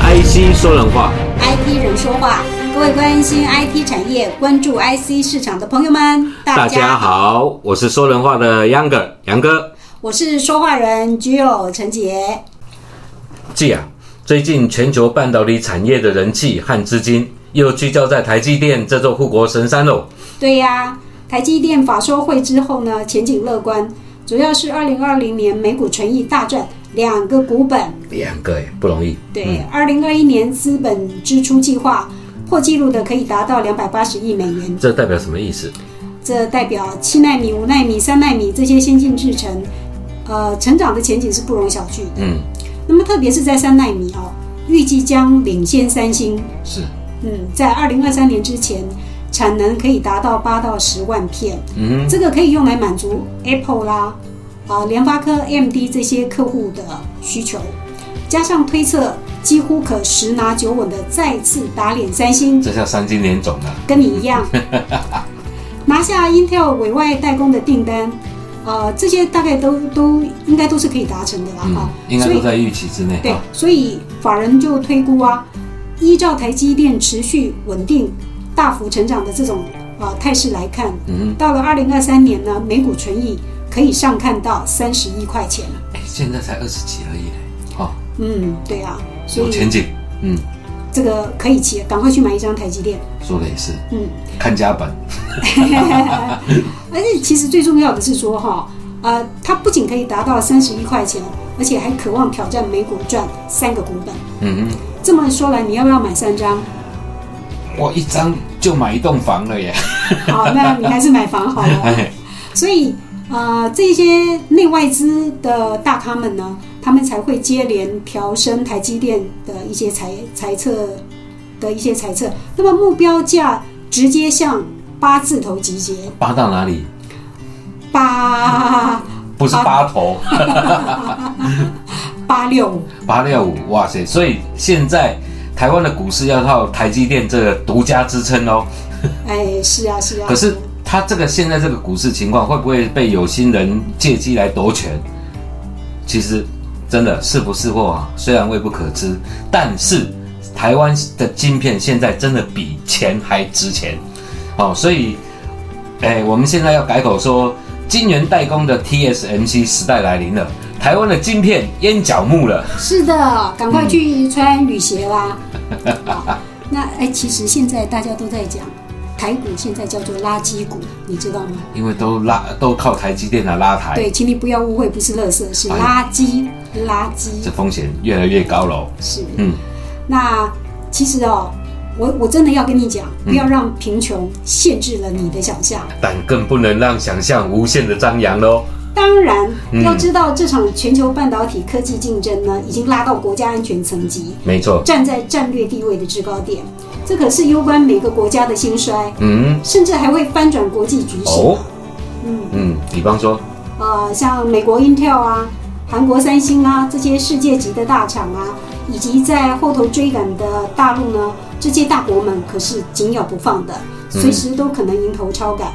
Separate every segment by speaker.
Speaker 1: IC 说人话
Speaker 2: ，IT 人说话。各位关心 IT 产业、关注 IC 市场的朋友们，
Speaker 1: 大家好，我是说人话的秧歌杨哥，
Speaker 2: 我是说话人 Gio 陈杰。
Speaker 1: 季啊，最近全球半导体产业的人气和资金又聚焦在台积电这座护国神山喽。
Speaker 2: 对呀、台积电法说会之后呢，前景乐观，主要是二零二零年美股纯益大赚两个股本，
Speaker 1: 两个耶，不容易。嗯
Speaker 2: 对，二零二一年资本支出计划破纪录的可以达到两百八十亿美元，
Speaker 1: 这代表什么意思？
Speaker 2: 这代表七纳米、五纳米、三纳米这些先进制程，呃，成长的前景是不容小觑的。
Speaker 1: 嗯，
Speaker 2: 那么特别是在三纳米哦，预计将领先三星，
Speaker 1: 是，
Speaker 2: 嗯，在二零二三年之前，产能可以达到八到十万片，
Speaker 1: 嗯
Speaker 2: 这个可以用来满足 Apple 啦、啊、联发科、AMD 这些客户的需求，加上推测几乎可十拿九稳的再次打脸三星
Speaker 1: 哼，，这叫三金联总啊。
Speaker 2: 跟你一样，拿下 Intel 委外代工的订单，呃，这些大概都都应该都是可以达成的啦，
Speaker 1: 嗯
Speaker 2: 哈、，
Speaker 1: 应该
Speaker 2: 所以
Speaker 1: 都在预期之内
Speaker 2: 对
Speaker 1: 啊。，
Speaker 2: 所以法人就推估啊，依照台积电持续稳定、大幅成长的这种啊、呃态势来看，
Speaker 1: 嗯，
Speaker 2: 到了二零二三年呢，每股存益可以上看到三十一块钱。
Speaker 1: 哎，现在才二十几而已嘞，哦，
Speaker 2: 嗯，对啊，所
Speaker 1: 有前
Speaker 2: 以
Speaker 1: 景。嗯，
Speaker 2: 这个可以切，赶快去买一张台积电。
Speaker 1: 说的也是，
Speaker 2: 嗯，
Speaker 1: 看家本。
Speaker 2: 而且其实最重要的是说哈，呃，它不仅可以达到三十一块钱，而且还渴望挑战每股赚三个股本。
Speaker 1: 嗯哼。
Speaker 2: 这么说来，你要不要买三张？
Speaker 1: 我一张就买一栋房了耶！
Speaker 2: 好，那你还是买房好了。
Speaker 1: 哎，
Speaker 2: 所以呃，这些内外资的大咖们呢，他们才会接连调升台积电的一些财财测的一些财测，那么目标价直接向八字头集结，
Speaker 1: 扒到哪里？
Speaker 2: 八
Speaker 1: 不是八头，
Speaker 2: 八六五，
Speaker 1: 八六五，哇塞！所以现在台湾的股市要靠台积电这个独家支撑哦。
Speaker 2: 哎，是啊是啊。
Speaker 1: 可是它这个现在这个股市情况，会不会被有心人借机来夺权？其实真的是不是货啊？虽然未不可知，但是台湾的晶片现在真的比钱还值钱哦，所以，哎，我们现在要改口说，晶圆代工的 TSMC 时代来临了，台湾的晶片淹脚目了。
Speaker 2: 是的，赶快去穿雨鞋 啦。好那哎，其实现在大家都在讲，台股现在叫做垃圾股，你知道吗？
Speaker 1: 因为都拉都靠台积电来拉抬，
Speaker 2: 对，请你不要误会，不是垃圾，是
Speaker 1: 哎
Speaker 2: 垃圾，垃圾
Speaker 1: 这风险越来越高了。
Speaker 2: 是。
Speaker 1: 嗯，
Speaker 2: 那其实哦，我我真的要跟你讲，不要让贫穷限制了你的想象。
Speaker 1: 但更不能让想象无限的张扬喽。
Speaker 2: 当然，
Speaker 1: 嗯
Speaker 2: 要知道这场全球半导体科技竞争呢，已经拉到国家安全层级，
Speaker 1: 没错，
Speaker 2: 站在战略地位的制高点，这可是攸关每个国家的兴衰，
Speaker 1: 嗯，
Speaker 2: 甚至还会翻转国际局势。
Speaker 1: 哦，
Speaker 2: 嗯，
Speaker 1: 嗯，比方说，
Speaker 2: 呃，像美国 Intel 啊、韩国三星啊这些世界级的大厂啊，以及在后头追赶的大陆呢，这些大国们可是紧咬不放的，随时都可能迎头超赶。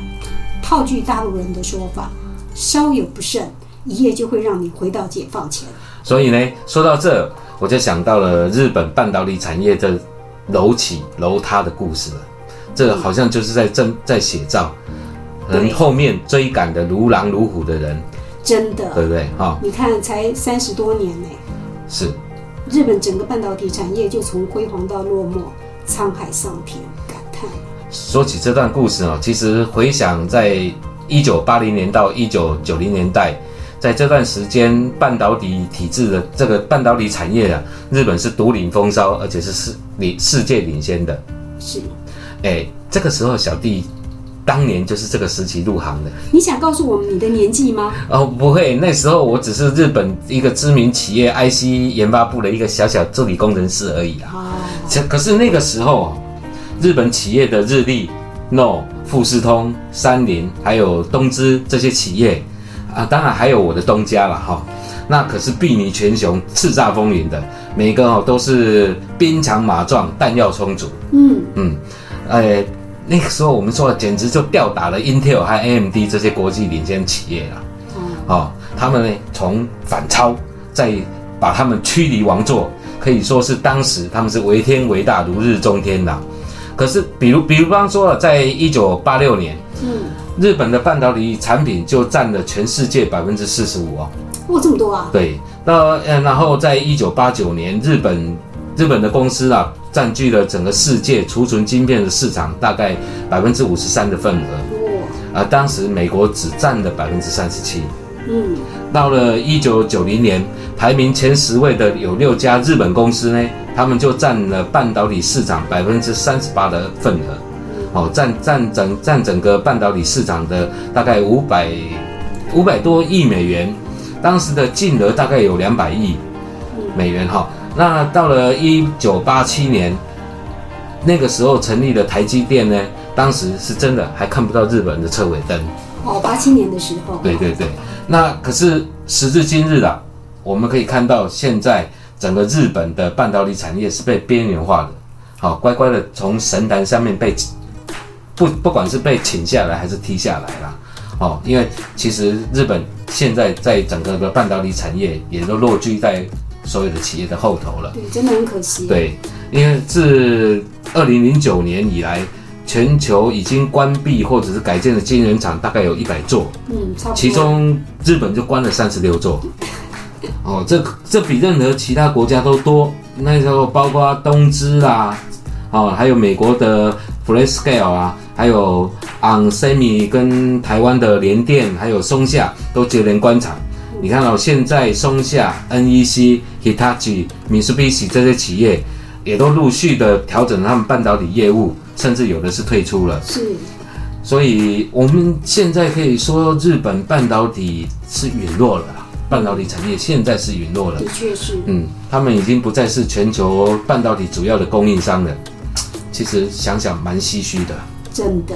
Speaker 2: 套句大陆人的说法，稍有不慎，一夜就会让你回到解放前。
Speaker 1: 所以呢，说到这，我就想到了日本半导体产业的楼起楼塌的故事了。这好像就是在正在写照，
Speaker 2: 对
Speaker 1: 人后面追赶的如狼如虎的人，
Speaker 2: 真的，
Speaker 1: 对不对？哈、
Speaker 2: 你看才三十多年呢、
Speaker 1: 是，
Speaker 2: 日本整个半导体产业就从辉煌到落寞，沧海桑田，感叹。
Speaker 1: 说起这段故事哦，其实回想在一九八零年到一九九零年代，在这段时间，半导体体制的这个半导体产业啊，日本是独领风骚，而且是世领世界领先的。
Speaker 2: 是，
Speaker 1: 哎，这个时候小弟当年就是这个时期入行的。
Speaker 2: 你想告诉我们你的年纪吗？
Speaker 1: 哦，不会，那时候我只是日本一个知名企业 IC 研发部的一个小小助理工程师而已啊。
Speaker 2: 啊，
Speaker 1: 这可是那个时候，啊日本企业的日立、NO、富士通、三菱，还有东芝这些企业啊，当然还有我的东家了哈。那可是睥睨全雄、叱咤风云的，每个哦都是兵强马壮、弹药充足。
Speaker 2: 嗯。
Speaker 1: 嗯，哎，那个时候我们说简直就吊打了 Intel 和 AMD 这些国际领先企业啊了。
Speaker 2: 哦
Speaker 1: 哦，他们呢从反超，再把他们驱离王座，可以说是当时他们是为天为大，如日中天呐。可是，比如，比如方说，在一九八六年，
Speaker 2: 嗯，
Speaker 1: 日本的半导体产品就占了全世界百分之四十五哦。
Speaker 2: 哇，这么多啊！
Speaker 1: 对，那呃，然后在一九八九年，日本日本的公司啊，占据了整个世界储存晶片的市场大概百分之五十三的份额，
Speaker 2: 哇，
Speaker 1: 而当时美国只占了百分之三十七。
Speaker 2: 嗯，
Speaker 1: 到了一九九零年，排名前十位的有六家日本公司呢，他们就占了半导体市场百分之三十八的份额，哦，占占整占整个半导体市场的大概五百五百多亿美元，当时的净额大概有两百亿美元哈、那到了一九八七年，那个时候成立的台积电呢，当时是真的还看不到日本的车尾灯。
Speaker 2: 哦，八七年的时候，
Speaker 1: 对对对，那可是时至今日啊，我们可以看到现在整个日本的半导体产业是被边缘化的，好乖乖的从神坛上面被不不管是被请下来还是踢下来啦，哦，因为其实日本现在在整个的半导体产业也都落居在所有的企业的后头了。
Speaker 2: 对，真的很可惜。，
Speaker 1: 对，因为自二零零九年以来，全球已经关闭或者是改建的晶圆厂大概有一百座，
Speaker 2: 嗯，差不多。
Speaker 1: 其中日本就关了三十六 座，哦，这这比任何其他国家都多。那时候包括东芝啦，哦，还有美国的 Freescale 啊，还有 onsemi 跟台湾的联电，还有松下都接连关厂。
Speaker 2: 嗯
Speaker 1: 你看到、哦现在松下、NEC、Hitachi、Mitsubishi 这些企业也都陆续的调整他们半导体业务，甚至有的是退出了。
Speaker 2: 是
Speaker 1: 所以我们现在可以说，日本半导体是陨落了啦，半导体产业现在是陨落了
Speaker 2: 的。确是，
Speaker 1: 嗯，他们已经不再是全球半导体主要的供应商了。其实想想蛮唏嘘的。
Speaker 2: 真的，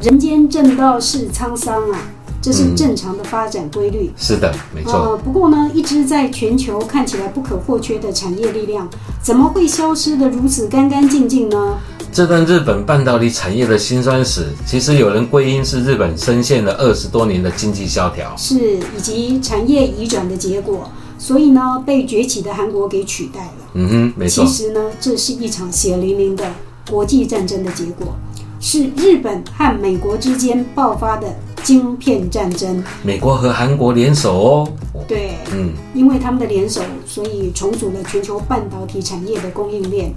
Speaker 2: 人间正道是沧桑啊，这是正常的发展规律。
Speaker 1: 是的，嗯没错。
Speaker 2: 呃，不过呢，一支在全球看起来不可或缺的产业力量，怎么会消失得如此干干净净呢？
Speaker 1: 这段日本半导体产业的辛酸史，其实有人归因是日本深陷了二十多年的经济萧条。
Speaker 2: 是以及产业移转的结果，所以呢，被崛起的韩国给取代了。
Speaker 1: 嗯哼，没错
Speaker 2: 其。实呢，这是一场血淋淋的国际战争的结果，是日本和美国之间爆发的晶片战争。
Speaker 1: 美国和韩国联手哦。
Speaker 2: 对，
Speaker 1: 嗯，
Speaker 2: 因为他们的联手，所以重组了全球半导体产业的供应链，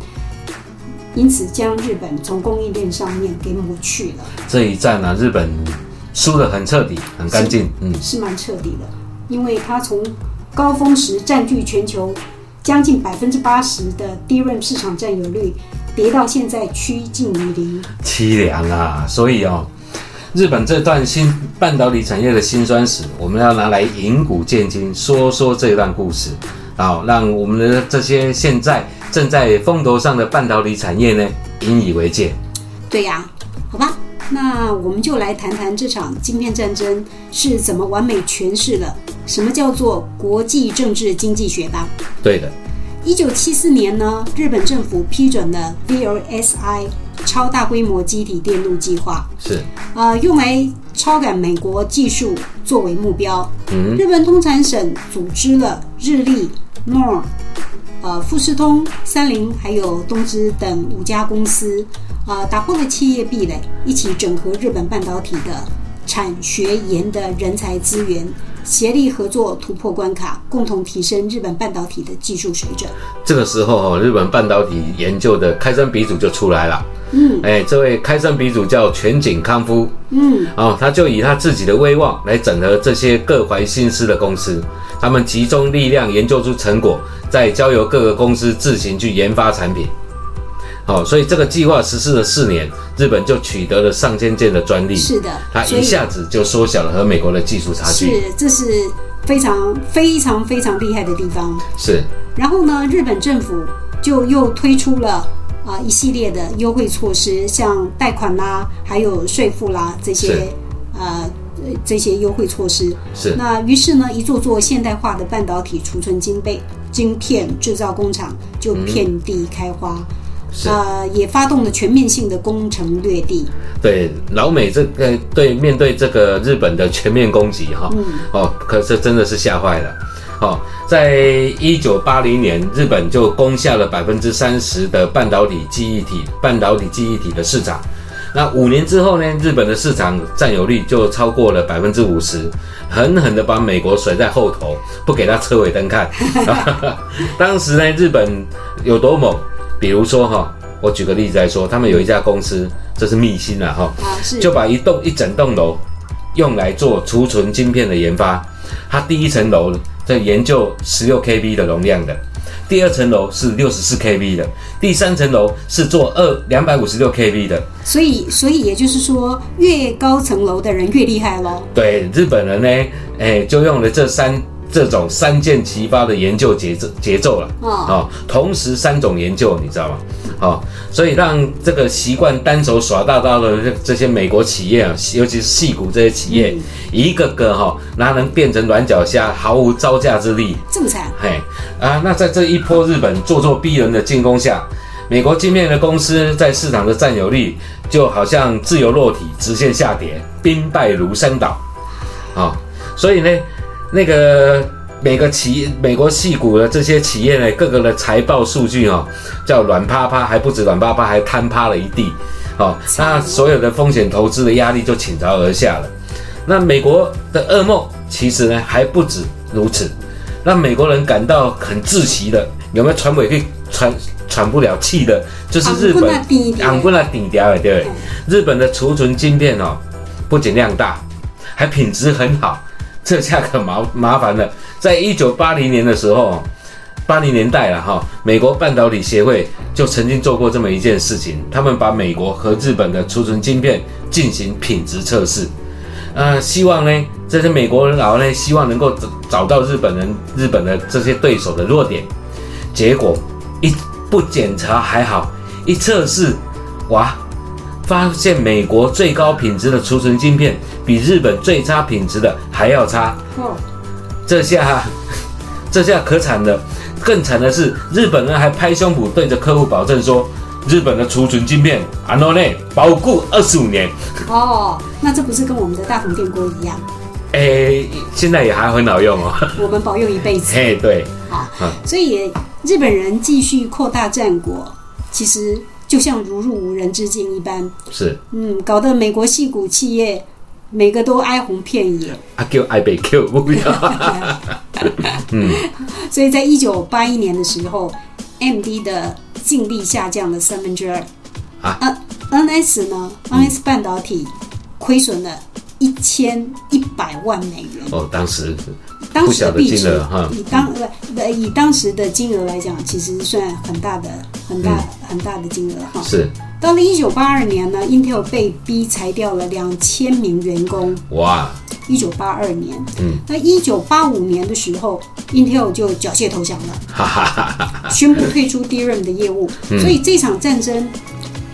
Speaker 2: 因此将日本从供应链上面给抹去了，
Speaker 1: 这一战呢、日本输得很彻底，很干净。嗯。
Speaker 2: 是蛮彻底的。因为它从高峰时占据全球将近百分之八十的 DRAM 市场占有率，跌到现在趋近于零。
Speaker 1: 凄凉啊！所以哦，日本这段新半导体产业的辛酸史，我们要拿来引古见今，说说这段故事，好、让我们的这些现在正在风头上的半导体产业呢，引以为戒。
Speaker 2: 对呀、好吧，那我们就来谈谈这场晶片战争是怎么完美诠释了什么叫做国际政治经济学吧。
Speaker 1: 对的，
Speaker 2: 一九七四年呢，日本政府批准了 VLSI 超大规模机体电路计划，
Speaker 1: 是，
Speaker 2: 呃，用来超赶美国技术作为目标。
Speaker 1: 嗯
Speaker 2: 日本东产省组织了日立、诺、呃富士通、三菱还有东芝等五家公司，呃，打破了企业壁垒，一起整合日本半导体的产学研的人才资源，协力合作突破关卡，共同提升日本半导体的技术水准。
Speaker 1: 这个时候哦，日本半导体研究的开山鼻祖就出来了。
Speaker 2: 嗯
Speaker 1: 哎，这位开山鼻祖叫全景康夫，
Speaker 2: 嗯，
Speaker 1: 哦，他就以他自己的威望来整合这些各怀心思的公司，他们集中力量研究出成果，再交由各个公司自行去研发产品。好、所以这个计划实施了四年，日本就取得了上千件的专利，
Speaker 2: 是的，
Speaker 1: 它
Speaker 2: 所以
Speaker 1: 一下子就缩小了和美国的技术差距。
Speaker 2: 是这是非常非常非常厉害的地方。
Speaker 1: 是，
Speaker 2: 然后呢，日本政府就又推出了啊、呃一系列的优惠措施，像贷款啦，还有税负啦这
Speaker 1: 是
Speaker 2: 些呃呃这些优惠措施。
Speaker 1: 是
Speaker 2: 那于是呢，一座座现代化的半导体储存晶被晶片制造工厂就遍地开花。
Speaker 1: 是
Speaker 2: 呃，也发动了全面性的工程掠地，
Speaker 1: 对老美这个对面对这个日本的全面攻击哈、哦可是真的是吓坏了。哦，在一九八零年，日本就攻下了百分之三十的半导体记忆体半导体记忆体的市场。那五年之后呢，日本的市场占有率就超过了百分之五十，狠狠的把美国甩在后头，不给他车尾灯看。 当时呢，日本有多猛？比如说哈，我举个例子来说，他们有一家公司，这是密星啊哈，
Speaker 2: 啊，是
Speaker 1: 就把一栋一整栋楼用来做储存晶片的研发。它第一层楼在研究十六 KB 的容量的，第二层楼是六十四 KB 的，第三层楼是做二两百五十六 KB 的。
Speaker 2: 所以所以也就是说，越高层楼的人越厉害喽。
Speaker 1: 对，日本人呢，哎、就用了这三这种三箭齐发的研究节奏节奏了。
Speaker 2: 哦，
Speaker 1: 哦，同时三种研究，你知道吗？哦，所以让这个习惯单手耍大刀的这这些美国企业啊，尤其是戏骨这些企业，一个个哈、哪能变成软脚虾，毫无招架之力？
Speaker 2: 这么惨，
Speaker 1: 嘿啊，那在这一波日本咄咄逼人的进攻下，美国晶片的公司在市场的占有率就好像自由落体，直线下跌，兵败如山倒啊、所以呢，那个每个企美国系股的这些企业呢，各个的财报数据哦，叫软趴趴，还不止软趴趴，还摊趴了一地哦，那所有的风险投资的压力就倾巢而下了。那美国的噩梦其实呢还不止如此，让美国人感到很窒息的，有没有喘不去喘喘不了气的，就是日本
Speaker 2: 啊那低一点，
Speaker 1: 昂过来顶掉了，对不对
Speaker 2: 嗯？
Speaker 1: 日本的储存晶片哦，不仅量大，还品质很好，这下可麻麻烦了。在一九八零年的时候，八零年代了哈，美国半导体协会就曾经做过这么一件事情，他们把美国和日本的储存晶片进行品质测试。呃，希望呢，这些美国佬呢，希望能够找找到日本人、日本的这些对手的弱点。结果一不检查还好，一测试，哇，发现美国最高品质的储存晶片比日本最差品质的还要差。
Speaker 2: 哦，
Speaker 1: 这下， 这下可惨了。更惨的是，日本人还拍胸脯对着客户保证说，日本的储存晶片安诺内保固二十五年。
Speaker 2: 哦，那这不是跟我们的大同电锅一样，
Speaker 1: 哎，现在也还很好用哦。
Speaker 2: 我们保佑一辈子
Speaker 1: 嘿，对，
Speaker 2: 啊
Speaker 1: 嗯！
Speaker 2: 所以也日本人继续扩大战果，其实就像如入无人之境一般，
Speaker 1: 是
Speaker 2: 嗯，搞得美国系股企业每个都哀鸿遍野。
Speaker 1: 阿 Q 爱被 Q 不要。
Speaker 2: 所以在一九八一年的时候，MD 的净利下降了三分之二。
Speaker 1: 啊
Speaker 2: 呃，NS 呢？NS 半导体亏损了一千一百万美元，
Speaker 1: 哦，当时
Speaker 2: 当时
Speaker 1: 小
Speaker 2: 的
Speaker 1: 的
Speaker 2: 币
Speaker 1: 金
Speaker 2: 值
Speaker 1: 额哈
Speaker 2: 以当呃不以当时的金额来讲，其实算很大的、很大、很大的金额哈。
Speaker 1: 嗯是
Speaker 2: 到了一九八二年呢，Intel 被逼裁掉了两千名员工。
Speaker 1: 哇，
Speaker 2: 一九八二年，
Speaker 1: 嗯，
Speaker 2: 那一九八五年的时候，Intel 就缴械投降了。
Speaker 1: 哈哈哈哈。嗯
Speaker 2: 宣布退出 DRAM 的业务，所以这场战争，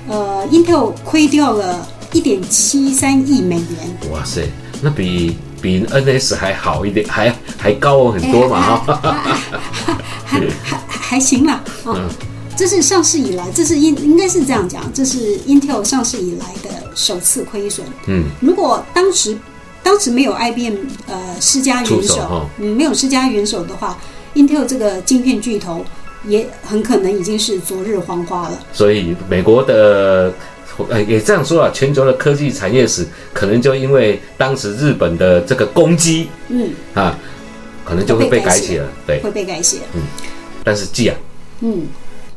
Speaker 2: 呃，Intel 亏掉了一点七三亿美元，
Speaker 1: 哇塞，那比比 NS 还好一点，还还高很多
Speaker 2: 哎
Speaker 1: 嘛哈、
Speaker 2: 还还还行啦啊、
Speaker 1: 嗯
Speaker 2: 这是上市以来，这是应应该是这样讲，这是 Intel 上市以来的首次亏损。
Speaker 1: 嗯，
Speaker 2: 如果当时当时没有 IBM 呃施加援
Speaker 1: 出
Speaker 2: 手，
Speaker 1: 手哈
Speaker 2: 嗯，没有施加援手的话，Intel 这个晶片巨头也很可能已经是昨日黄花了。
Speaker 1: 所以美国的。呃，也这样说啊，全球的科技产业史可能就因为当时日本的这个攻击
Speaker 2: 嗯，
Speaker 1: 啊，可能就会被改写了。对，
Speaker 2: 会被改写。
Speaker 1: 但是既然
Speaker 2: 嗯。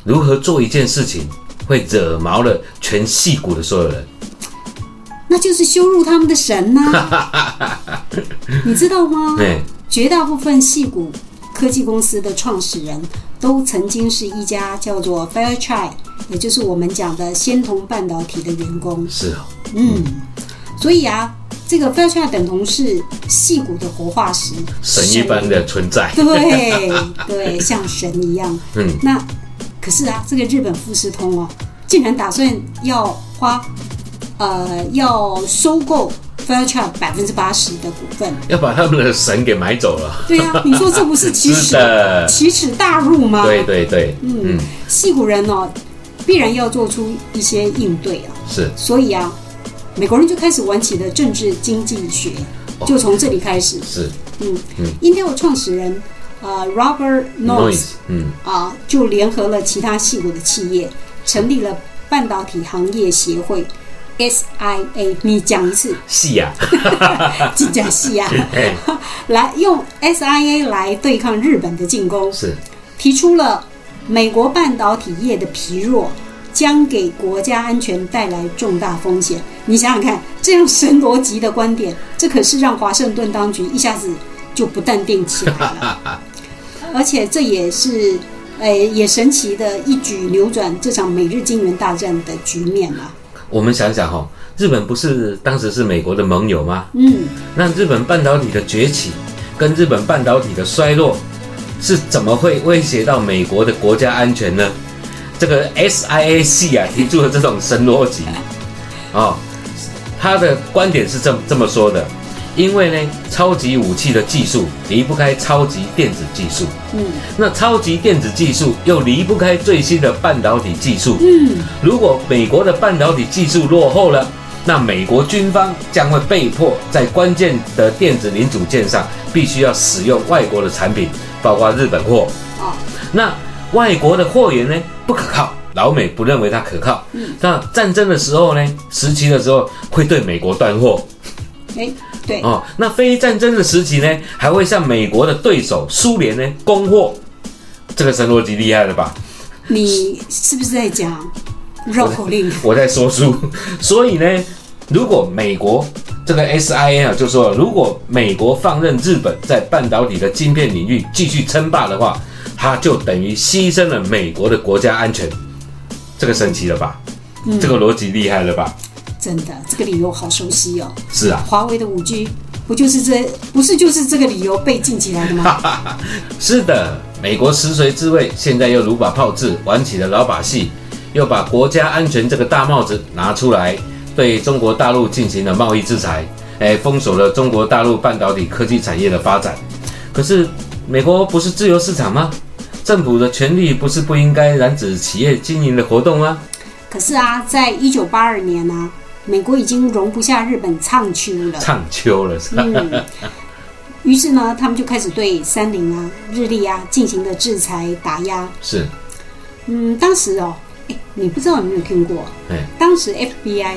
Speaker 1: 如何做一件事情会惹毛了全戏骨的所有人？
Speaker 2: 那就是羞辱他们的神呐、 你知道吗？
Speaker 1: 哎、
Speaker 2: 绝大部分戏骨科技公司的创始人都曾经是一家叫做 Fairchild，也就是我们讲的仙童半导体的员工。
Speaker 1: 是哦，
Speaker 2: 嗯，所以啊，这个 Fairchild 等同是戏骨的活化石，
Speaker 1: 神一般的存在。
Speaker 2: 神。对对，像神一样。
Speaker 1: 嗯，
Speaker 2: 那可是啊，这个日本富士通哦，竟然打算要花呃要收购 Fairchild 百分之八十的股份。
Speaker 1: 要把他们的神给买走了。
Speaker 2: 对啊，你说这不是奇
Speaker 1: 是
Speaker 2: 耻
Speaker 1: 的，
Speaker 2: 奇耻大辱吗？
Speaker 1: 对对对，
Speaker 2: 啊嗯，戏骨人哦，必然要做出一些应对啊。
Speaker 1: 是
Speaker 2: 所以啊，美国人就开始玩起了
Speaker 1: 哦
Speaker 2: 政治经济学，就从这里开始。
Speaker 1: 是，嗯
Speaker 2: 嗯，Intel 创始人呃 Robert Noyce
Speaker 1: 嗯，
Speaker 2: 啊，就联合了其他细股的企业，成立了半导体行业协会 SIA。你讲一次，
Speaker 1: 是呀、
Speaker 2: 金甲系 啊，
Speaker 1: 哎，
Speaker 2: 来用 SIA 来对抗日本的进攻，
Speaker 1: 是
Speaker 2: 提出了美国半导体业的疲弱将给国家安全带来重大风险。你想想看，这样神逻辑的观点，这可是让华盛顿当局一下子就不淡定起来了。而且这也是，呃，也神奇的一举扭转这场美日晶圆大战的局面啊了。
Speaker 1: 我们想想哈、哦，日本不是当时是美国的盟友吗？
Speaker 2: 嗯，
Speaker 1: 那日本半导体的崛起跟日本半导体的衰落，是怎么会威胁到美国的国家安全呢？这个 SIA 系啊提出了这种神逻辑，哦，他的观点是这么这么说的，因为呢，超级武器的技术离不开超级电子技术，
Speaker 2: 嗯
Speaker 1: 那超级电子技术又离不开最新的半导体技术，
Speaker 2: 嗯，
Speaker 1: 如果美国的半导体技术落后了，那美国军方将会被迫在关键的电子零组件上必须要使用外国的产品，包括日本货。
Speaker 2: 哦，
Speaker 1: 那外国的货源呢不可靠，老美不认为它可靠。那战争的时候呢，时期的时候会对美国断货
Speaker 2: 哎，对，
Speaker 1: 哦。那非战争的时期呢，还会向美国的对手苏联呢供货。这个神逻辑厉害了吧？
Speaker 2: 你是不是在讲绕口令？
Speaker 1: 我在说书， 所以呢，如果美国这个 SIA 啊，就说了如果美国放任日本在半导体的晶片领域继续称霸的话，它就等于牺牲了美国的国家安全，这个神奇了吧？这个逻辑厉害了吧？
Speaker 2: 真的，这个理由好熟悉哦。
Speaker 1: 是啊，
Speaker 2: 华为的五 G 不就是这不是就是这个理由被禁起来的吗？
Speaker 1: 是的，美国食髓知味，现在又如把炮制，玩起了老把戏，又把国家安全这个大帽子拿出来，对中国大陆进行了贸易制裁，哎，封锁了中国大陆半导体科技产业的发展。可是，美国不是自由市场吗？政府的权利不是不应该染指企业经营的活动吗？
Speaker 2: 可是啊，在一九八二年啊，美国已经容不下日本唱秋了。
Speaker 1: 唱秋了是吧？
Speaker 2: 嗯，于是呢，他们就开始对三菱啊、日立啊进行了制裁打压。
Speaker 1: 是，
Speaker 2: 嗯，当时哦，哎，你不知道有没有听过？
Speaker 1: 哎，
Speaker 2: 当时 FBI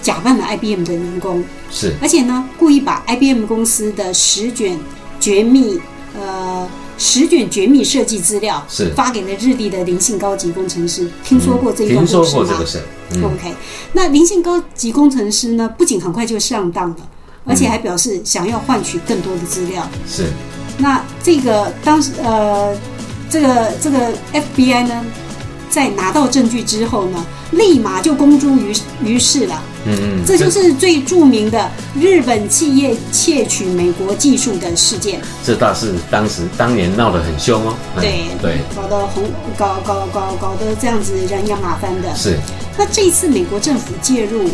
Speaker 2: 假扮了 IBM 的员工，
Speaker 1: 是，
Speaker 2: 而且呢，故意把 IBM 公司的十卷绝密呃十卷绝密设计资料
Speaker 1: 是
Speaker 2: 发给了日立的林信高级工程师。听说过这一段
Speaker 1: 听说
Speaker 2: 故事
Speaker 1: 过
Speaker 2: 吗、
Speaker 1: 这个事，嗯，
Speaker 2: OK，那林信高级工程师呢，不仅很快就上当
Speaker 1: 嗯
Speaker 2: 了，而且还表示想要换取更多的资料。
Speaker 1: 是，
Speaker 2: 那这个当时呃，这个这个 FBI 呢，在拿到证据之后呢，立马就公诸于于世了。
Speaker 1: 嗯嗯，
Speaker 2: 这就是最著名的日本企业窃取美国技术的事件，
Speaker 1: 这大事，当时当年闹得很凶哦。嗯
Speaker 2: 对
Speaker 1: 对，
Speaker 2: 搞得红搞搞搞搞得这样子人仰马翻的。
Speaker 1: 是。
Speaker 2: 那这一次美国政府介入，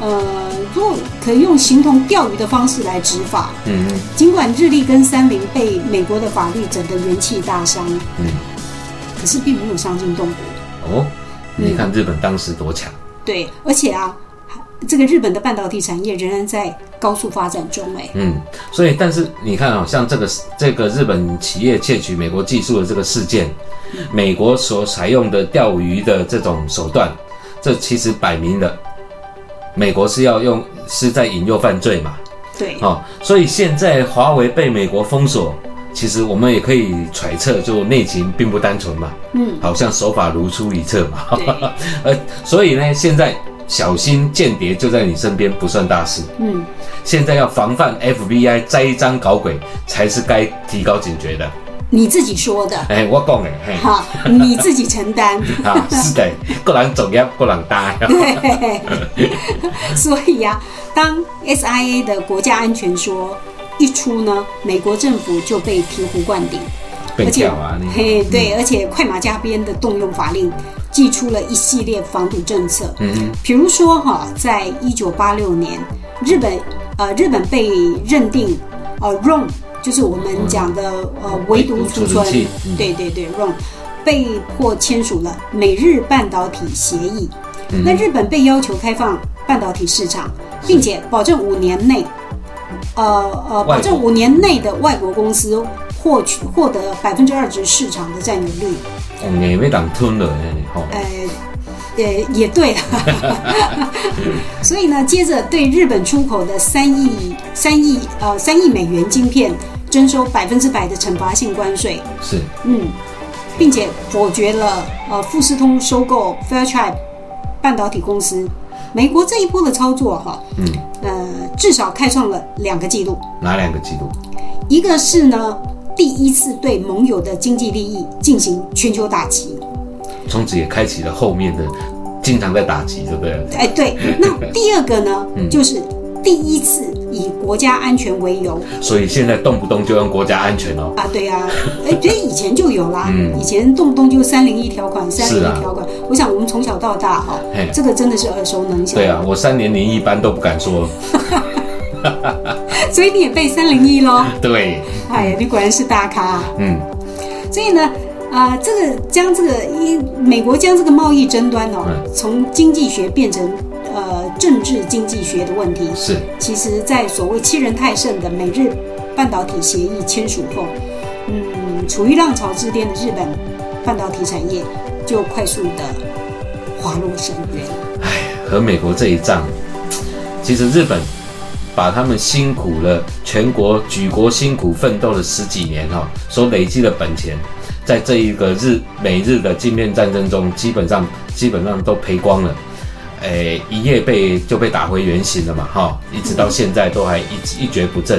Speaker 2: 呃，如果可以用形同钓鱼的方式来执法，
Speaker 1: 嗯嗯
Speaker 2: 尽管日立跟三菱被美国的法律整得元气大伤，
Speaker 1: 嗯，
Speaker 2: 可是并没有伤筋动骨。
Speaker 1: 哦，你看日本当时多强，
Speaker 2: 对，而且啊，这个日本的半导体产业仍然在高速发展中、哎，
Speaker 1: 嗯，所以但是你看啊、像这个这个日本企业窃取美国技术的这个事件，美国所采用的钓鱼的这种手段，这其实摆明了，美国是要用是在引诱犯罪嘛，
Speaker 2: 对，
Speaker 1: 哦，所以现在华为被美国封锁，其实我们也可以揣测，就内情并不单纯嘛，
Speaker 2: 嗯，
Speaker 1: 好像手法如出一辙嘛，
Speaker 2: 对，
Speaker 1: 呃，所以呢，现在小心间谍就在你身边不算大事，
Speaker 2: 嗯。
Speaker 1: 现在要防范 FBI 栽赃搞鬼才是该提高警觉的。
Speaker 2: 你自己说的，
Speaker 1: 哎，我讲的， 嘿，
Speaker 2: 哈，你自己承担。
Speaker 1: 啊，是的，个人重要，个人啊大呀。
Speaker 2: 对，所以呀、当 SIA 的国家安全说一出呢，美国政府就被醍醐灌顶，
Speaker 1: 被叫啊，你，
Speaker 2: 嘿，对，而且快马加鞭的动用法令，祭出了一系列防堵政策。
Speaker 1: 嗯哼，
Speaker 2: 比如说哈，在一九八六年，日本呃日本被认定呃 ROM 就是我们讲的、呃围堵
Speaker 1: 嗯
Speaker 2: 储
Speaker 1: 围堵储存
Speaker 2: 存
Speaker 1: 器嗯，
Speaker 2: 对对对 ROM 被迫签署了美日半导体协议。那日本被要求开放半导体市场，并且保证五年内呃呃，保证五年内的外国公司获取获得百分之二十市场的占有率。
Speaker 1: 哦，你被党吞了哎，吼、
Speaker 2: 呃，也也对啊。所以呢，接着对日本出口的三亿三亿呃三亿美元晶片征收百分之百的惩罚性关税，
Speaker 1: 是
Speaker 2: 嗯，并且否决了呃富士通收购 Fairchild 半导体公司。美国这一波的操作哈、
Speaker 1: 嗯，
Speaker 2: 呃，至少开创了两个记录，
Speaker 1: 哪两个季度？
Speaker 2: 一个是呢第一次对盟友的经济利益进行全球打击，
Speaker 1: 从此也开启了后面的经常在打击，对不对？
Speaker 2: 哎，对。那第二个呢，
Speaker 1: 嗯
Speaker 2: 就是第一次以国家安全为由
Speaker 1: 所以现在动不动就用国家安全哦，
Speaker 2: 啊，对啊，哎，这以前就有啦，
Speaker 1: 嗯
Speaker 2: 以前动不动就三零一条款、三零
Speaker 1: 是啊
Speaker 2: 一条款。我想我们从小到大哈、
Speaker 1: 嘿
Speaker 2: 这个真的是耳熟能详。
Speaker 1: 对啊，我三年零一班都不敢说，
Speaker 2: 所以你也背三零一喽？
Speaker 1: 对，
Speaker 2: 哎呀，你果然是大咖、啊。
Speaker 1: 嗯，
Speaker 2: 所以呢，啊、这个将这个一美国将这个贸易争端哦，
Speaker 1: 嗯
Speaker 2: 从经济学变成呃政治经济学的问题。
Speaker 1: 是
Speaker 2: 其实，在所谓七人太盛的美日半导体协议签署后，嗯，处于浪潮之巅的日本半导体产业就快速的滑入深渊。
Speaker 1: 和美国这一仗，其实日本把他们辛苦了全国举国辛苦奋斗了十几年哈、哦，所累积的本钱，在这一个日美日的镜面战争中，基本上基本上都赔光了。诶，一夜被就被打回原形了嘛，哈、一直到现在都还一一蹶不振。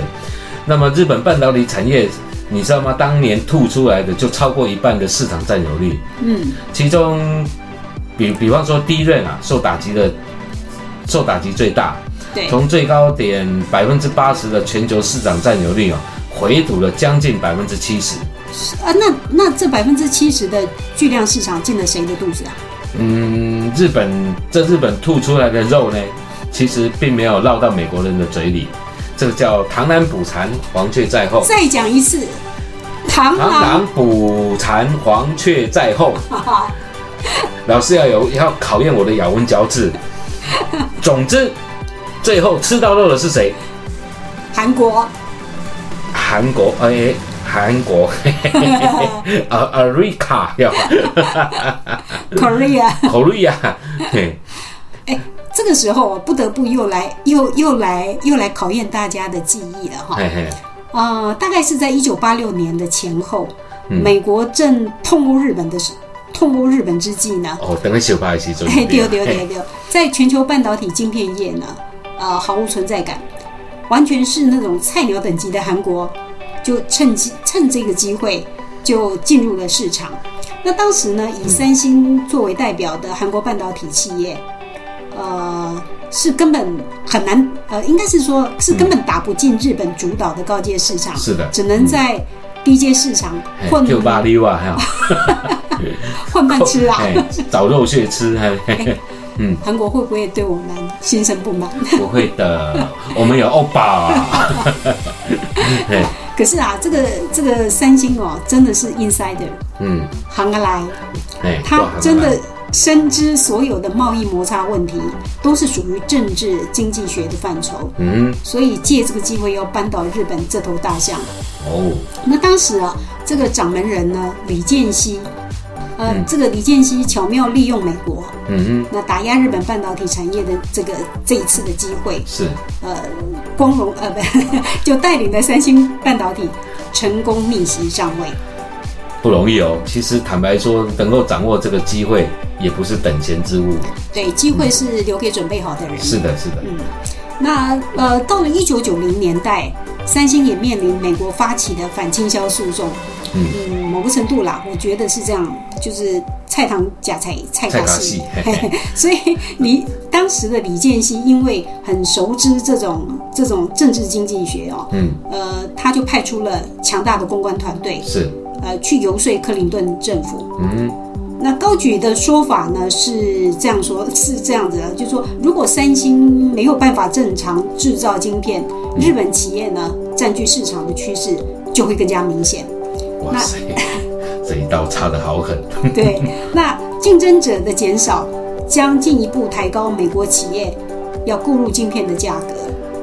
Speaker 1: 那么日本半导体产业，你知道吗？当年吐出来的就超过一半的市场占有率，
Speaker 2: 嗯，
Speaker 1: 其中，比比方说第一任啊，受打击的受打击最大，
Speaker 2: 对，
Speaker 1: 从最高点百分之八十的全球市场占有率啊，回吐了将近百分之七十。
Speaker 2: 啊，那那这百分之七十的巨量市场进了谁的肚子啊？
Speaker 1: 嗯，日本这日本吐出来的肉呢，其实并没有落到美国人的嘴里，这个叫螳螂捕蝉，黄雀在后。
Speaker 2: 再讲一次，螳
Speaker 1: 螳
Speaker 2: 螂，
Speaker 1: 螂捕蝉，黄雀在后。
Speaker 2: 哈哈，
Speaker 1: 老师要有要考验我的咬文嚼字。总之，最后吃到肉的是谁？
Speaker 2: 韩国，
Speaker 1: 韩国，哎、韩国， 啊啊瑞卡要
Speaker 2: Korea。
Speaker 1: 口瑞亚，嘿，
Speaker 2: 这个时候我不得不又来又又来又来考验大家的记忆了哈。
Speaker 1: 嘿嘿，
Speaker 2: 呃，大概是在一九八六年的前后，
Speaker 1: 嗯
Speaker 2: 美国正痛殴日本的时，痛殴日本之际呢，
Speaker 1: 哦，等下小拍的时阵，
Speaker 2: 嘿，丢丢
Speaker 1: 嘿
Speaker 2: 丢，丢，在全球半导体晶片业呢，呃，毫无存在感，完全是那种菜鸟等级的韩国，就趁机趁这个机会就进入了市场。那当时呢，
Speaker 1: 嗯
Speaker 2: 以三星作为代表的韩国半导体企业，呃，是根本很难，呃，应该是说是根本打不进日本主导的高阶市场，
Speaker 1: 嗯是的嗯
Speaker 2: 只能在低阶市场
Speaker 1: 嘿
Speaker 2: 混
Speaker 1: 就巴黎哇，还有
Speaker 2: 混饭吃啊。
Speaker 1: 嘿找肉屑吃，嘿嘿嘿
Speaker 2: 韩国会不会对我们心生不满？
Speaker 1: 不会的，我们有欧巴，嘿
Speaker 2: 可是啊，这个这个三星哦，真的是 insider
Speaker 1: 嗯，
Speaker 2: 行得来，
Speaker 1: 哎，
Speaker 2: 他
Speaker 1: 哇
Speaker 2: 真的深知所有的贸易摩擦问题都是属于政治经济学的范畴，
Speaker 1: 嗯，
Speaker 2: 所以借这个机会要扳倒日本这头大象。
Speaker 1: 哦，
Speaker 2: 那当时啊，这个掌门人呢，李健熙，呃，
Speaker 1: 嗯
Speaker 2: 这个李健熙巧妙利用美国，
Speaker 1: 嗯
Speaker 2: 那打压日本半导体产业的这个这一次的机会，
Speaker 1: 是，
Speaker 2: 呃，光荣呃不， 就带领了三星半导体成功逆袭上位。
Speaker 1: 不容易哦。其实坦白说，能够掌握这个机会，也不是等闲之物。
Speaker 2: 对，机会是留给准备好的人。
Speaker 1: 是的，是的，
Speaker 2: 嗯那呃，到了一九九零年代，三星也面临美国发起的反倾销诉讼。
Speaker 1: 嗯
Speaker 2: 某个程度啦，我觉得是这样，就是菜堂假菜菜
Speaker 1: 蔡
Speaker 2: 卡
Speaker 1: 卡
Speaker 2: 戏
Speaker 1: 西。，嘿嘿
Speaker 2: 所以李当时的李健熙因为很熟知这种这种政治经济学哦，
Speaker 1: 嗯，
Speaker 2: 呃，他就派出了强大的公关团队，
Speaker 1: 是，
Speaker 2: 呃，去游说克林顿政府。
Speaker 1: 嗯，
Speaker 2: 那高举的说法呢是这样说，是这样子的，就是说，如果三星没有办法正常制造晶片，日本企业呢占据市场的趋势就会更加明显。
Speaker 1: 哇塞， 这一刀插的好狠，
Speaker 2: 对，那竞争者的减少将进一步抬高美国企业要购入晶片的价格。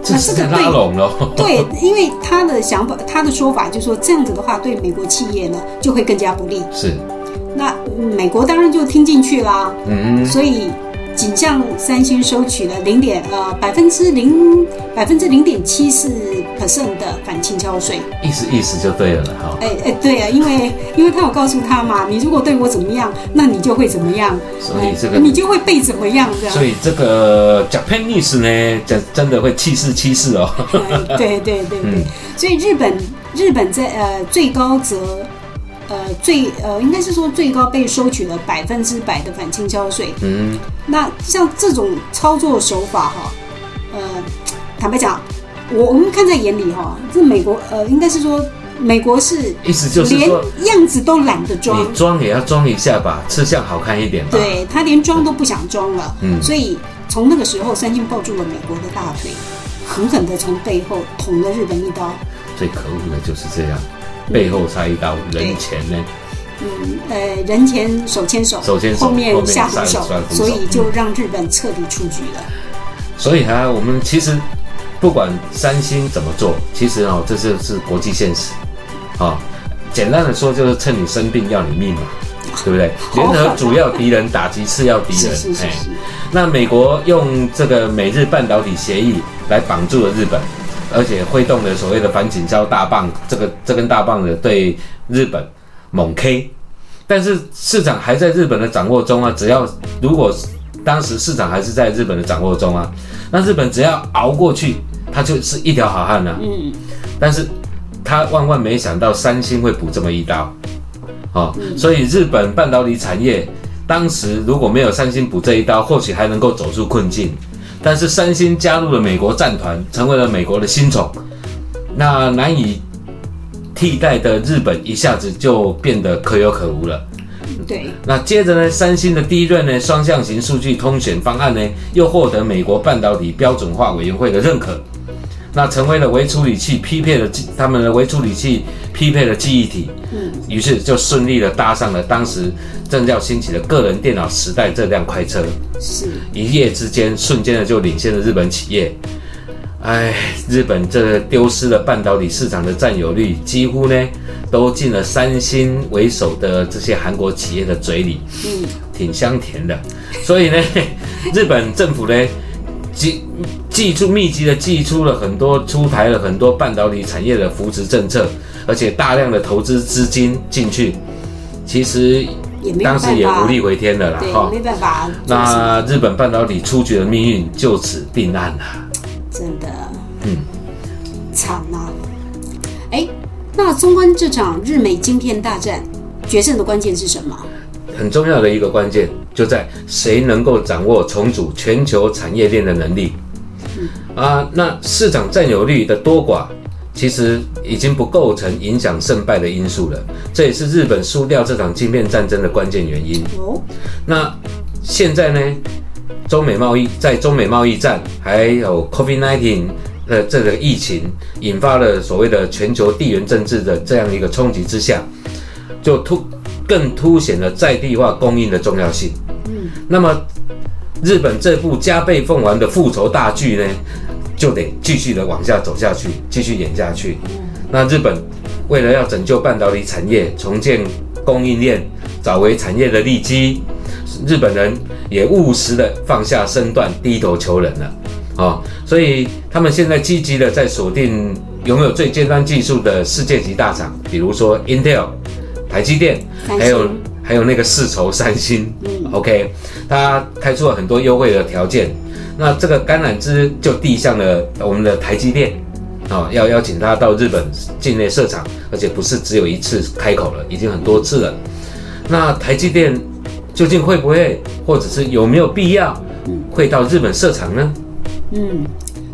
Speaker 1: 这
Speaker 2: 那这
Speaker 1: 是
Speaker 2: 个
Speaker 1: 在
Speaker 2: 对
Speaker 1: 拉拢了。
Speaker 2: 对，因为他的想法，他的说法就是说，这样子的话对美国企业呢就会更加不利。
Speaker 1: 是，
Speaker 2: 那嗯美国当然就听进去啦，
Speaker 1: 嗯，
Speaker 2: 所以仅向三星收取了零点呃百分之零百分之零点七四 percent 的反倾销税。
Speaker 1: 意思意思就对了了哈。
Speaker 2: 哎哎，对啊，因为因为他有告诉他嘛，你如果对我怎么样，那你就会怎么样，
Speaker 1: 所以这个
Speaker 2: 哎你就会被怎么样这样。
Speaker 1: 所以这个 Japanese 呢，真真的会气势气势哦。
Speaker 2: 哎对对对对，
Speaker 1: 嗯
Speaker 2: 所以日本日本在呃最高则呃最呃应该是说最高被收取了百分之百的反倾销税。
Speaker 1: 嗯，
Speaker 2: 那像这种操作手法哈，呃，坦白讲，我我们看在眼里哈，这美国呃应该是说美国是
Speaker 1: 意思就是
Speaker 2: 连
Speaker 1: 说
Speaker 2: 样子都懒得装，
Speaker 1: 你装也要装一下吧，吃相好看一点吧。，
Speaker 2: 对他连装都不想装了，
Speaker 1: 嗯
Speaker 2: 所以从那个时候，三星抱住了美国的大腿，狠狠地从背后捅了日本一刀。
Speaker 1: 最可恶的就是这样，背后插一刀，
Speaker 2: 对
Speaker 1: 人前呢，
Speaker 2: 嗯，呃，人前手牵手，
Speaker 1: 手牵手
Speaker 2: 后面
Speaker 1: 后面
Speaker 2: 下
Speaker 1: 下
Speaker 2: 狠手
Speaker 1: 下，狠手
Speaker 2: 所以就让日本彻底出局了。
Speaker 1: 所以啊，我们其实不管三星怎么做，其实哦，这就是国际现实啊、简单的说，就是趁你生病要你命嘛，对不对？
Speaker 2: 好
Speaker 1: 联
Speaker 2: 狠
Speaker 1: 合主要敌人，打击次要敌
Speaker 2: 是
Speaker 1: 人。
Speaker 2: 是是
Speaker 1: 哎
Speaker 2: 是，
Speaker 1: 那美国用这个美日半导体协议来绑住了日本，而且挥动了所谓的反倾销大棒，这个这根大棒子对日本猛 K，但是市场还在日本的掌握中啊，只要如果当时市场还是在日本的掌握中啊，那日本只要熬过去，它就是一条好汉了、
Speaker 2: 嗯，
Speaker 1: 但是他万万没想到三星会补这么一刀，哦，所以日本半导体产业当时如果没有三星补这一刀，或许还能够走出困境。但是三星加入了美国战团，成为了美国的新宠，那难以替代的日本一下子就变得可有可无了。
Speaker 2: 对，
Speaker 1: 那接着呢，三星的第一任呢双向型数据通选方案呢，又获得美国半导体标准化委员会的认可，那成为了微处理器匹配的记他们的微处理器匹配的记忆体，
Speaker 2: 嗯，
Speaker 1: 于是就顺利的搭上了当时正要兴起的个人电脑时代这辆快车，
Speaker 2: 是
Speaker 1: 一夜之间瞬间的就领先了日本企业。哎，日本这丢失了半导体市场的占有率，几乎呢都进了三星为首的这些韩国企业的嘴里。
Speaker 2: 嗯，
Speaker 1: 挺香甜的。所以呢， 日本政府呢，寄寄出密集的寄出了很多出台了很多半导体产业的扶持政策，而且大量的投资资金进去，其实
Speaker 2: 也没有
Speaker 1: 当
Speaker 2: 办法，
Speaker 1: 时也无力回天了啦，
Speaker 2: 对，
Speaker 1: 哈。
Speaker 2: 没办法，
Speaker 1: 那日本半导体出局的命运就此定案啊了。
Speaker 2: 真的，
Speaker 1: 嗯，
Speaker 2: 惨呐、哎，那纵观这场日美晶片大战，决胜的关键是什么？
Speaker 1: 很重要的一个关键就在谁能够掌握重组全球产业链的能力。啊，那市场占有率的多寡，其实已经不构成影响胜败的因素了。这也是日本输掉这场晶片战争的关键原因。
Speaker 2: 哦，
Speaker 1: 那现在呢，中美贸易在中美贸易战还有 COVID-19 的这个疫情引发了所谓的全球地缘政治的这样一个冲击之下，就突更凸显了在地化供应的重要性。
Speaker 2: 嗯，
Speaker 1: 那么日本这部加倍奉还的复仇大剧呢，就得继续的往下走下去，继续演下去。那日本为了要拯救半导体产业，重建供应链，找回产业的利基，日本人也务实的放下身段，低头求人了啊、哦所以他们现在积极的在锁定拥有最尖端技术的世界级大厂，比如说 Intel、台积电，
Speaker 2: 三星
Speaker 1: 还有还有那个世仇三星、
Speaker 2: 嗯
Speaker 1: o k 它开出了很多优惠的条件。那这个橄榄枝就递向了我们的台积电，啊、要邀请他到日本境内设厂，而且不是只有一次开口了，已经很多次了。那台积电究竟会不会，或者是有没有必要，会到日本设厂呢？
Speaker 2: 嗯，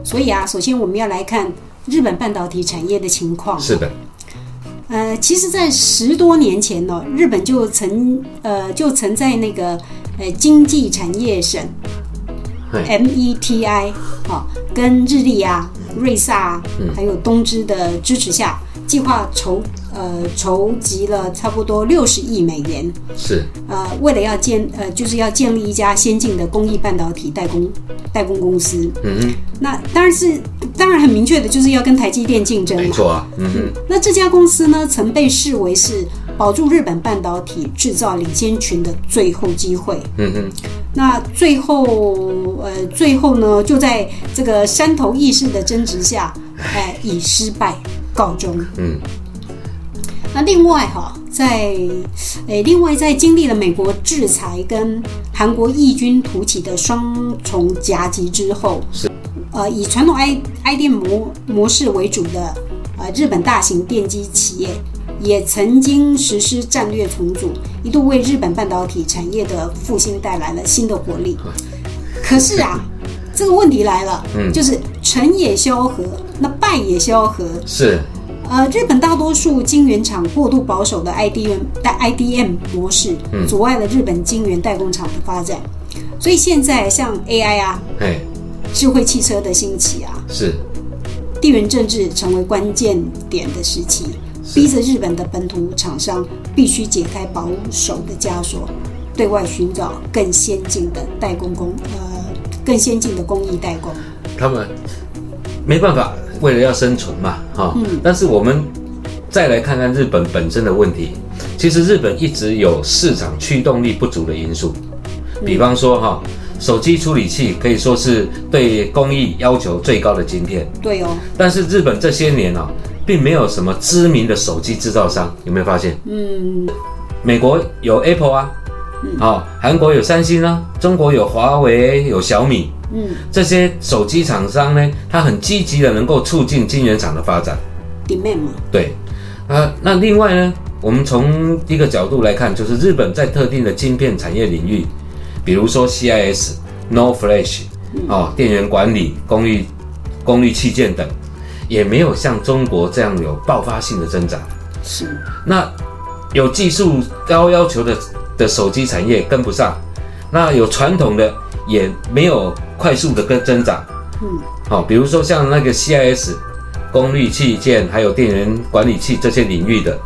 Speaker 2: 所以啊，首先我们要来看日本半导体产业的情况。
Speaker 1: 是的，
Speaker 2: 呃，其实，在十多年前呢、日本就曾呃就曾在那个呃经济产业省 E
Speaker 1: 嘿
Speaker 2: METI 啊、跟日立啊、瑞萨啊，还有东芝的支持下，计划筹呃筹集了差不多六十亿美元，
Speaker 1: 是
Speaker 2: 呃，为了要建呃就是要建立一家先进的工艺半导体代工代工公司。
Speaker 1: 嗯哼，
Speaker 2: 那当然是当然很明确的就是要跟台积电竞争
Speaker 1: 没
Speaker 2: 嘛。
Speaker 1: 错啊，嗯哼，
Speaker 2: 那这家公司呢，曾被视为是保住日本半导体制造领先群的最后机会。
Speaker 1: 嗯哼，
Speaker 2: 那最后，呃，最后呢，就在这个山头意识的争执下，哎、以失败告终。
Speaker 1: 嗯，
Speaker 2: 那另外哈、在诶，另外在经历了美国制裁跟韩国义军突起的双重夹击之后，
Speaker 1: 是
Speaker 2: 呃，以传统 i i 店模模式为主的呃日本大型电机企业，也曾经实施战略重组，一度为日本半导体产业的复兴带来了新的活力。可是 啊，这个问题来了，
Speaker 1: 嗯
Speaker 2: 就是成也萧何，那败也萧何。
Speaker 1: 是
Speaker 2: 呃，日本大多数晶圆厂过度保守的 IDM 但 IDM 模式，阻碍了日本晶圆代工厂的发展。所以现在像 AI 啊、
Speaker 1: 哎
Speaker 2: 智慧汽车的兴起啊，
Speaker 1: 是
Speaker 2: 地缘政治成为关键点的时期，逼着日本的本土厂商必须解开保守的枷锁，对外寻找更先进的代工工呃更先进的工艺代工。
Speaker 1: 他们没办法，为了要生存嘛，哈、但是我们再来看看日本本身的问题。其实日本一直有市场驱动力不足的因素，比方说哈、手机处理器可以说是对工艺要求最高的晶片，
Speaker 2: 对哦，
Speaker 1: 但是日本这些年啊，并没有什么知名的手机制造商，有没有发现？
Speaker 2: 嗯，
Speaker 1: 美国有 Apple 啊，哦，韩国有三星啊，中国有华为，有小米，
Speaker 2: 嗯，
Speaker 1: 这些手机厂商呢，它很积极的能够促进晶圆厂的发展。
Speaker 2: d e m a n 嘛，
Speaker 1: 对，呃，那另外呢，我们从一个角度来看，就是日本在特定的晶片产业领域，比如说 CIS、No Flash 哦，电源管理、功率、功率器件等，也没有像中国这样有爆发性的增长。
Speaker 2: 是。
Speaker 1: 那有技术高要求的的手机产业跟不上，那有传统的也没有快速的跟增长。
Speaker 2: 嗯，
Speaker 1: 好、比如说像那个 CIS 功率器件，还有电源管理器这些领域的，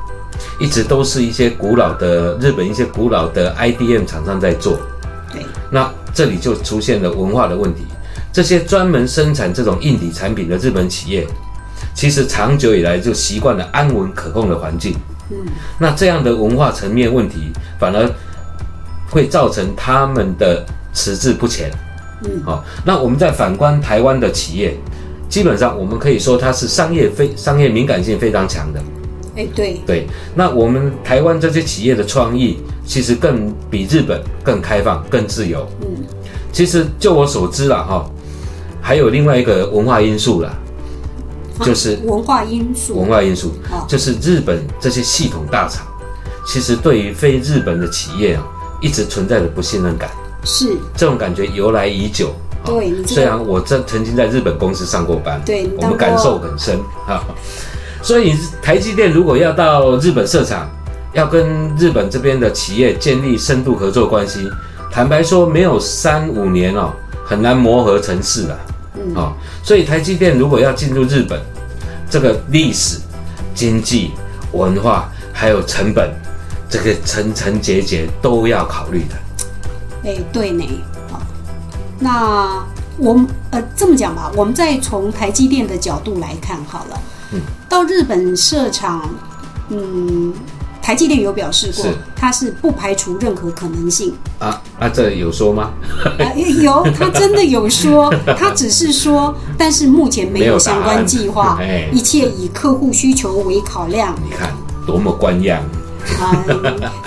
Speaker 1: 一直都是一些古老的日本一些古老的 IDM 厂商在做。
Speaker 2: 对，
Speaker 1: 那这里就出现了文化的问题。这些专门生产这种硬体产品的日本企业，其实长久以来就习惯了安稳可控的环境。
Speaker 2: 嗯，
Speaker 1: 那这样的文化层面问题，反而会造成他们的迟滞不前。
Speaker 2: 嗯，
Speaker 1: 好、啊那我们再反观台湾的企业，基本上我们可以说它是商业非商业敏感性非常强的。
Speaker 2: 哎、对，
Speaker 1: 对，那我们台湾这些企业的创意，其实更比日本更开放、更自由。
Speaker 2: 嗯，
Speaker 1: 其实就我所知啦，哈，还有另外一个文化因素啦， 就是
Speaker 2: 啊文化因素
Speaker 1: 文。化因素
Speaker 2: 哦
Speaker 1: 就是日本这些系统大厂，其实对于非日本的企业啊，一直存在着不信任感，
Speaker 2: 是
Speaker 1: 这种感觉由来已久。啊哈
Speaker 2: 对你这个
Speaker 1: 虽然我这曾经在日本公司上过班，
Speaker 2: 对你
Speaker 1: 我们
Speaker 2: 当过
Speaker 1: 感受很深哈。所以台积电如果要到日本设厂，要跟日本这边的企业建立深度合作关系，坦白说，没有三五年哦，很难磨合成事啊。
Speaker 2: 嗯
Speaker 1: 哦，所以台积电如果要进入日本，这个历史、经济、文化还有成本，这个层层节节都要考虑的。
Speaker 2: 哎、对呢。好，那我们呃这么讲吧，我们再从台积电的角度来看好了。
Speaker 1: 嗯，
Speaker 2: 到日本设厂，嗯，台积电有表示过
Speaker 1: 是，
Speaker 2: 它是不排除任何可 能性。
Speaker 1: 啊啊，这有说吗？
Speaker 2: 呃，有，他真的有说，他只是说，但是目前没
Speaker 1: 没
Speaker 2: 有
Speaker 1: 有答
Speaker 2: 相关
Speaker 1: 案
Speaker 2: 计划，
Speaker 1: 哎
Speaker 2: 一切以客户需求为考量
Speaker 1: 你看多么官样。
Speaker 2: 啊、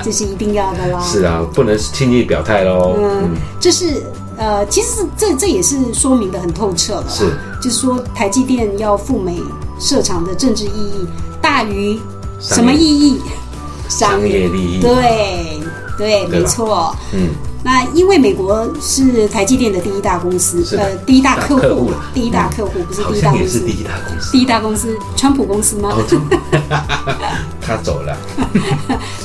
Speaker 2: 这是一定要的啦。
Speaker 1: 是啊，不能轻易表态喽。
Speaker 2: 嗯
Speaker 1: 嗯，，
Speaker 2: 这是呃，其实这这也是说明的很透彻了啦，
Speaker 1: 是
Speaker 2: 就是说台积电要赴美设厂的政治意义大于
Speaker 1: 商业
Speaker 2: 什么意义？
Speaker 1: 商业利益。
Speaker 2: 对对，
Speaker 1: 对吧
Speaker 2: 没错。
Speaker 1: 嗯，
Speaker 2: 那因为美国是台积电的第一大公司，
Speaker 1: 是的
Speaker 2: 呃，第一大客
Speaker 1: 大客
Speaker 2: 户
Speaker 1: 户
Speaker 2: 啦
Speaker 1: 了，嗯
Speaker 2: 第一大客户不是
Speaker 1: 好
Speaker 2: 第一大
Speaker 1: 像
Speaker 2: 公
Speaker 1: 也是
Speaker 2: 司
Speaker 1: 第，一大公司。
Speaker 2: 第一大公司，川普公司吗？
Speaker 1: 哦，真的 他走了。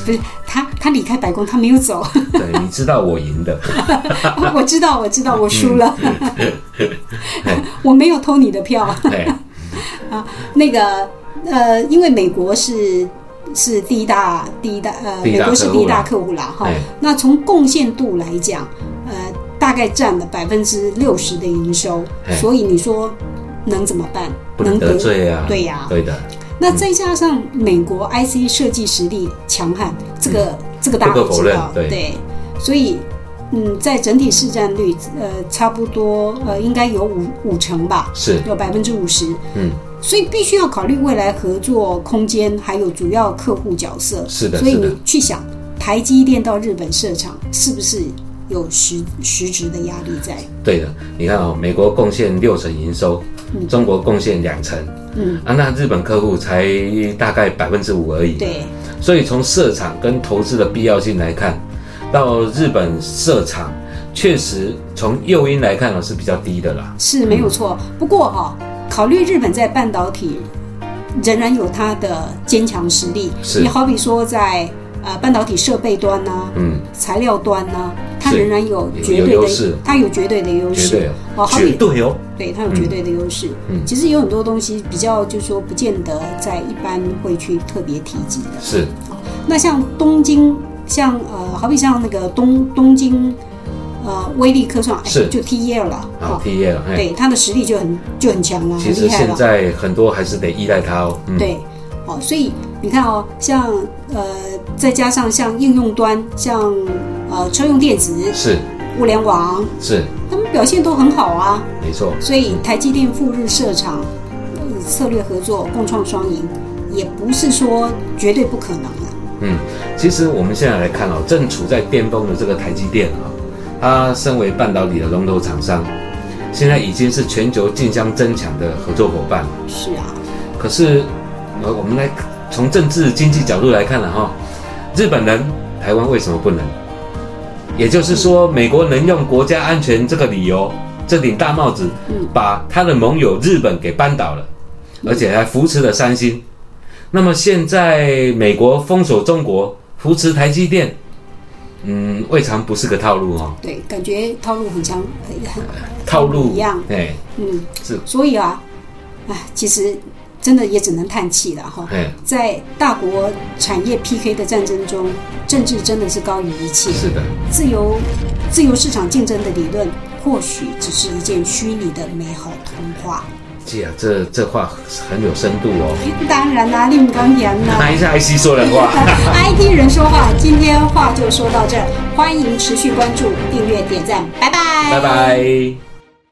Speaker 2: 不是，他他离开白宫，他没 有走。
Speaker 1: 对，你知道我赢 的。
Speaker 2: 我知道，我知道，我输了，
Speaker 1: 嗯
Speaker 2: 我没有偷你的票。
Speaker 1: 哎，
Speaker 2: 那个呃，因为美国是是第一大第一大呃，
Speaker 1: 第一
Speaker 2: 美
Speaker 1: 大
Speaker 2: 国是
Speaker 1: 客户
Speaker 2: 第一大
Speaker 1: 了
Speaker 2: 客户啦哈
Speaker 1: 哎。
Speaker 2: 那从贡献度来讲，呃，大概占了百分之六十的营收
Speaker 1: 哎，
Speaker 2: 所以你说能怎么办？
Speaker 1: 不能得罪啊，
Speaker 2: 对呀
Speaker 1: 对的，
Speaker 2: 那再加上美国 IC 设计实力强悍，这个、这个大
Speaker 1: 嗯
Speaker 2: 家
Speaker 1: 不
Speaker 2: 都
Speaker 1: 可否
Speaker 2: 知道，
Speaker 1: 认对
Speaker 2: 所以嗯，在整体市占率呃差不多呃应该有五五成吧，
Speaker 1: 是，
Speaker 2: 有百分之五十，
Speaker 1: 嗯，
Speaker 2: 所以必须要考虑未来合作空间，还有主要客户角色。
Speaker 1: 是的
Speaker 2: 所以
Speaker 1: 是的
Speaker 2: 你去想，台积电到日本设厂是不是有实实质的压力在？
Speaker 1: 对的。你看哦，美国贡献六成营收，中国贡献两成，
Speaker 2: 嗯，
Speaker 1: 啊，那日本客户才大概百分之五而已。
Speaker 2: 对，
Speaker 1: 所以从设厂跟投资的必要性来看，到日本设厂确实从诱因来看哦呢是比较低的啦。
Speaker 2: 是没有错。不过哈、考虑日本在半导体仍然有它的坚强实力，
Speaker 1: 是
Speaker 2: 你好比说在呃半导体设备端呐、
Speaker 1: 嗯，
Speaker 2: 材料端呐、啊它
Speaker 1: 是
Speaker 2: 仍然有
Speaker 1: 有
Speaker 2: 绝对
Speaker 1: 有优
Speaker 2: 的
Speaker 1: 势，
Speaker 2: 它有绝对的优
Speaker 1: 绝
Speaker 2: 势。
Speaker 1: 对
Speaker 2: 哦
Speaker 1: 哦，
Speaker 2: 好比
Speaker 1: 绝对哦，
Speaker 2: 对，它有绝对的优势。
Speaker 1: 嗯
Speaker 2: 其实有很多东西比较，就是说不见得在一般会去特别提及的。
Speaker 1: 是
Speaker 2: 那像东京，像呃，好比像那个东东京，呃，威力科创，哎
Speaker 1: 是啊
Speaker 2: 就 T E 了
Speaker 1: 好，毕业了。嘿，
Speaker 2: 对，它的实力就很就很强了，
Speaker 1: 哎其
Speaker 2: 很
Speaker 1: 实
Speaker 2: 厉害
Speaker 1: 现
Speaker 2: 了。
Speaker 1: 在很多还是得依赖它哦。嗯，
Speaker 2: 对，哦，所以你看哦，像呃，再加上像应用端，像呃车用电子、
Speaker 1: 是
Speaker 2: 物联网，
Speaker 1: 是
Speaker 2: 他们表现都很好啊。
Speaker 1: 没错，
Speaker 2: 所以台积电赴日设厂，呃策略合作，共创双赢，也不是说绝对不可能的。
Speaker 1: 嗯，其实我们现在来看哦，正处在巅峰的这个台积电啊、它身为半导体的龙头厂商，现在已经是全球竞相争抢的合作伙伴了。
Speaker 2: 是啊，
Speaker 1: 可是，呃，我们来从政治经济角度来看了哈，日本人台湾为什么不能？也就是说，美国能用国家安全这个理由，这顶大帽子
Speaker 2: 嗯，
Speaker 1: 把他的盟友日本给扳倒了，而且还扶持了三星。那么现在美国封锁中国，扶持台积电，嗯，未尝不是个套路哦，
Speaker 2: 对，感觉套路很强，呃很
Speaker 1: 套路
Speaker 2: 一样
Speaker 1: 哎，
Speaker 2: 嗯，
Speaker 1: 是，
Speaker 2: 所以啊，哎，其实真的也只能叹气了哈。
Speaker 1: 哎，
Speaker 2: 在大国产业 PK 的战争中，政治真的是高于一切。
Speaker 1: 是的，
Speaker 2: 自由自由市场竞争的理论，或许只是一件虚拟的美好童话。
Speaker 1: 姐啊，这这话很有深度哦，
Speaker 2: 当然啊啦、令刚言呢、
Speaker 1: 哪一下 IC 说人 话？
Speaker 2: IT 人说话，今天话就说到这儿，欢迎持续关注、订阅、点赞，拜拜，
Speaker 1: 拜拜。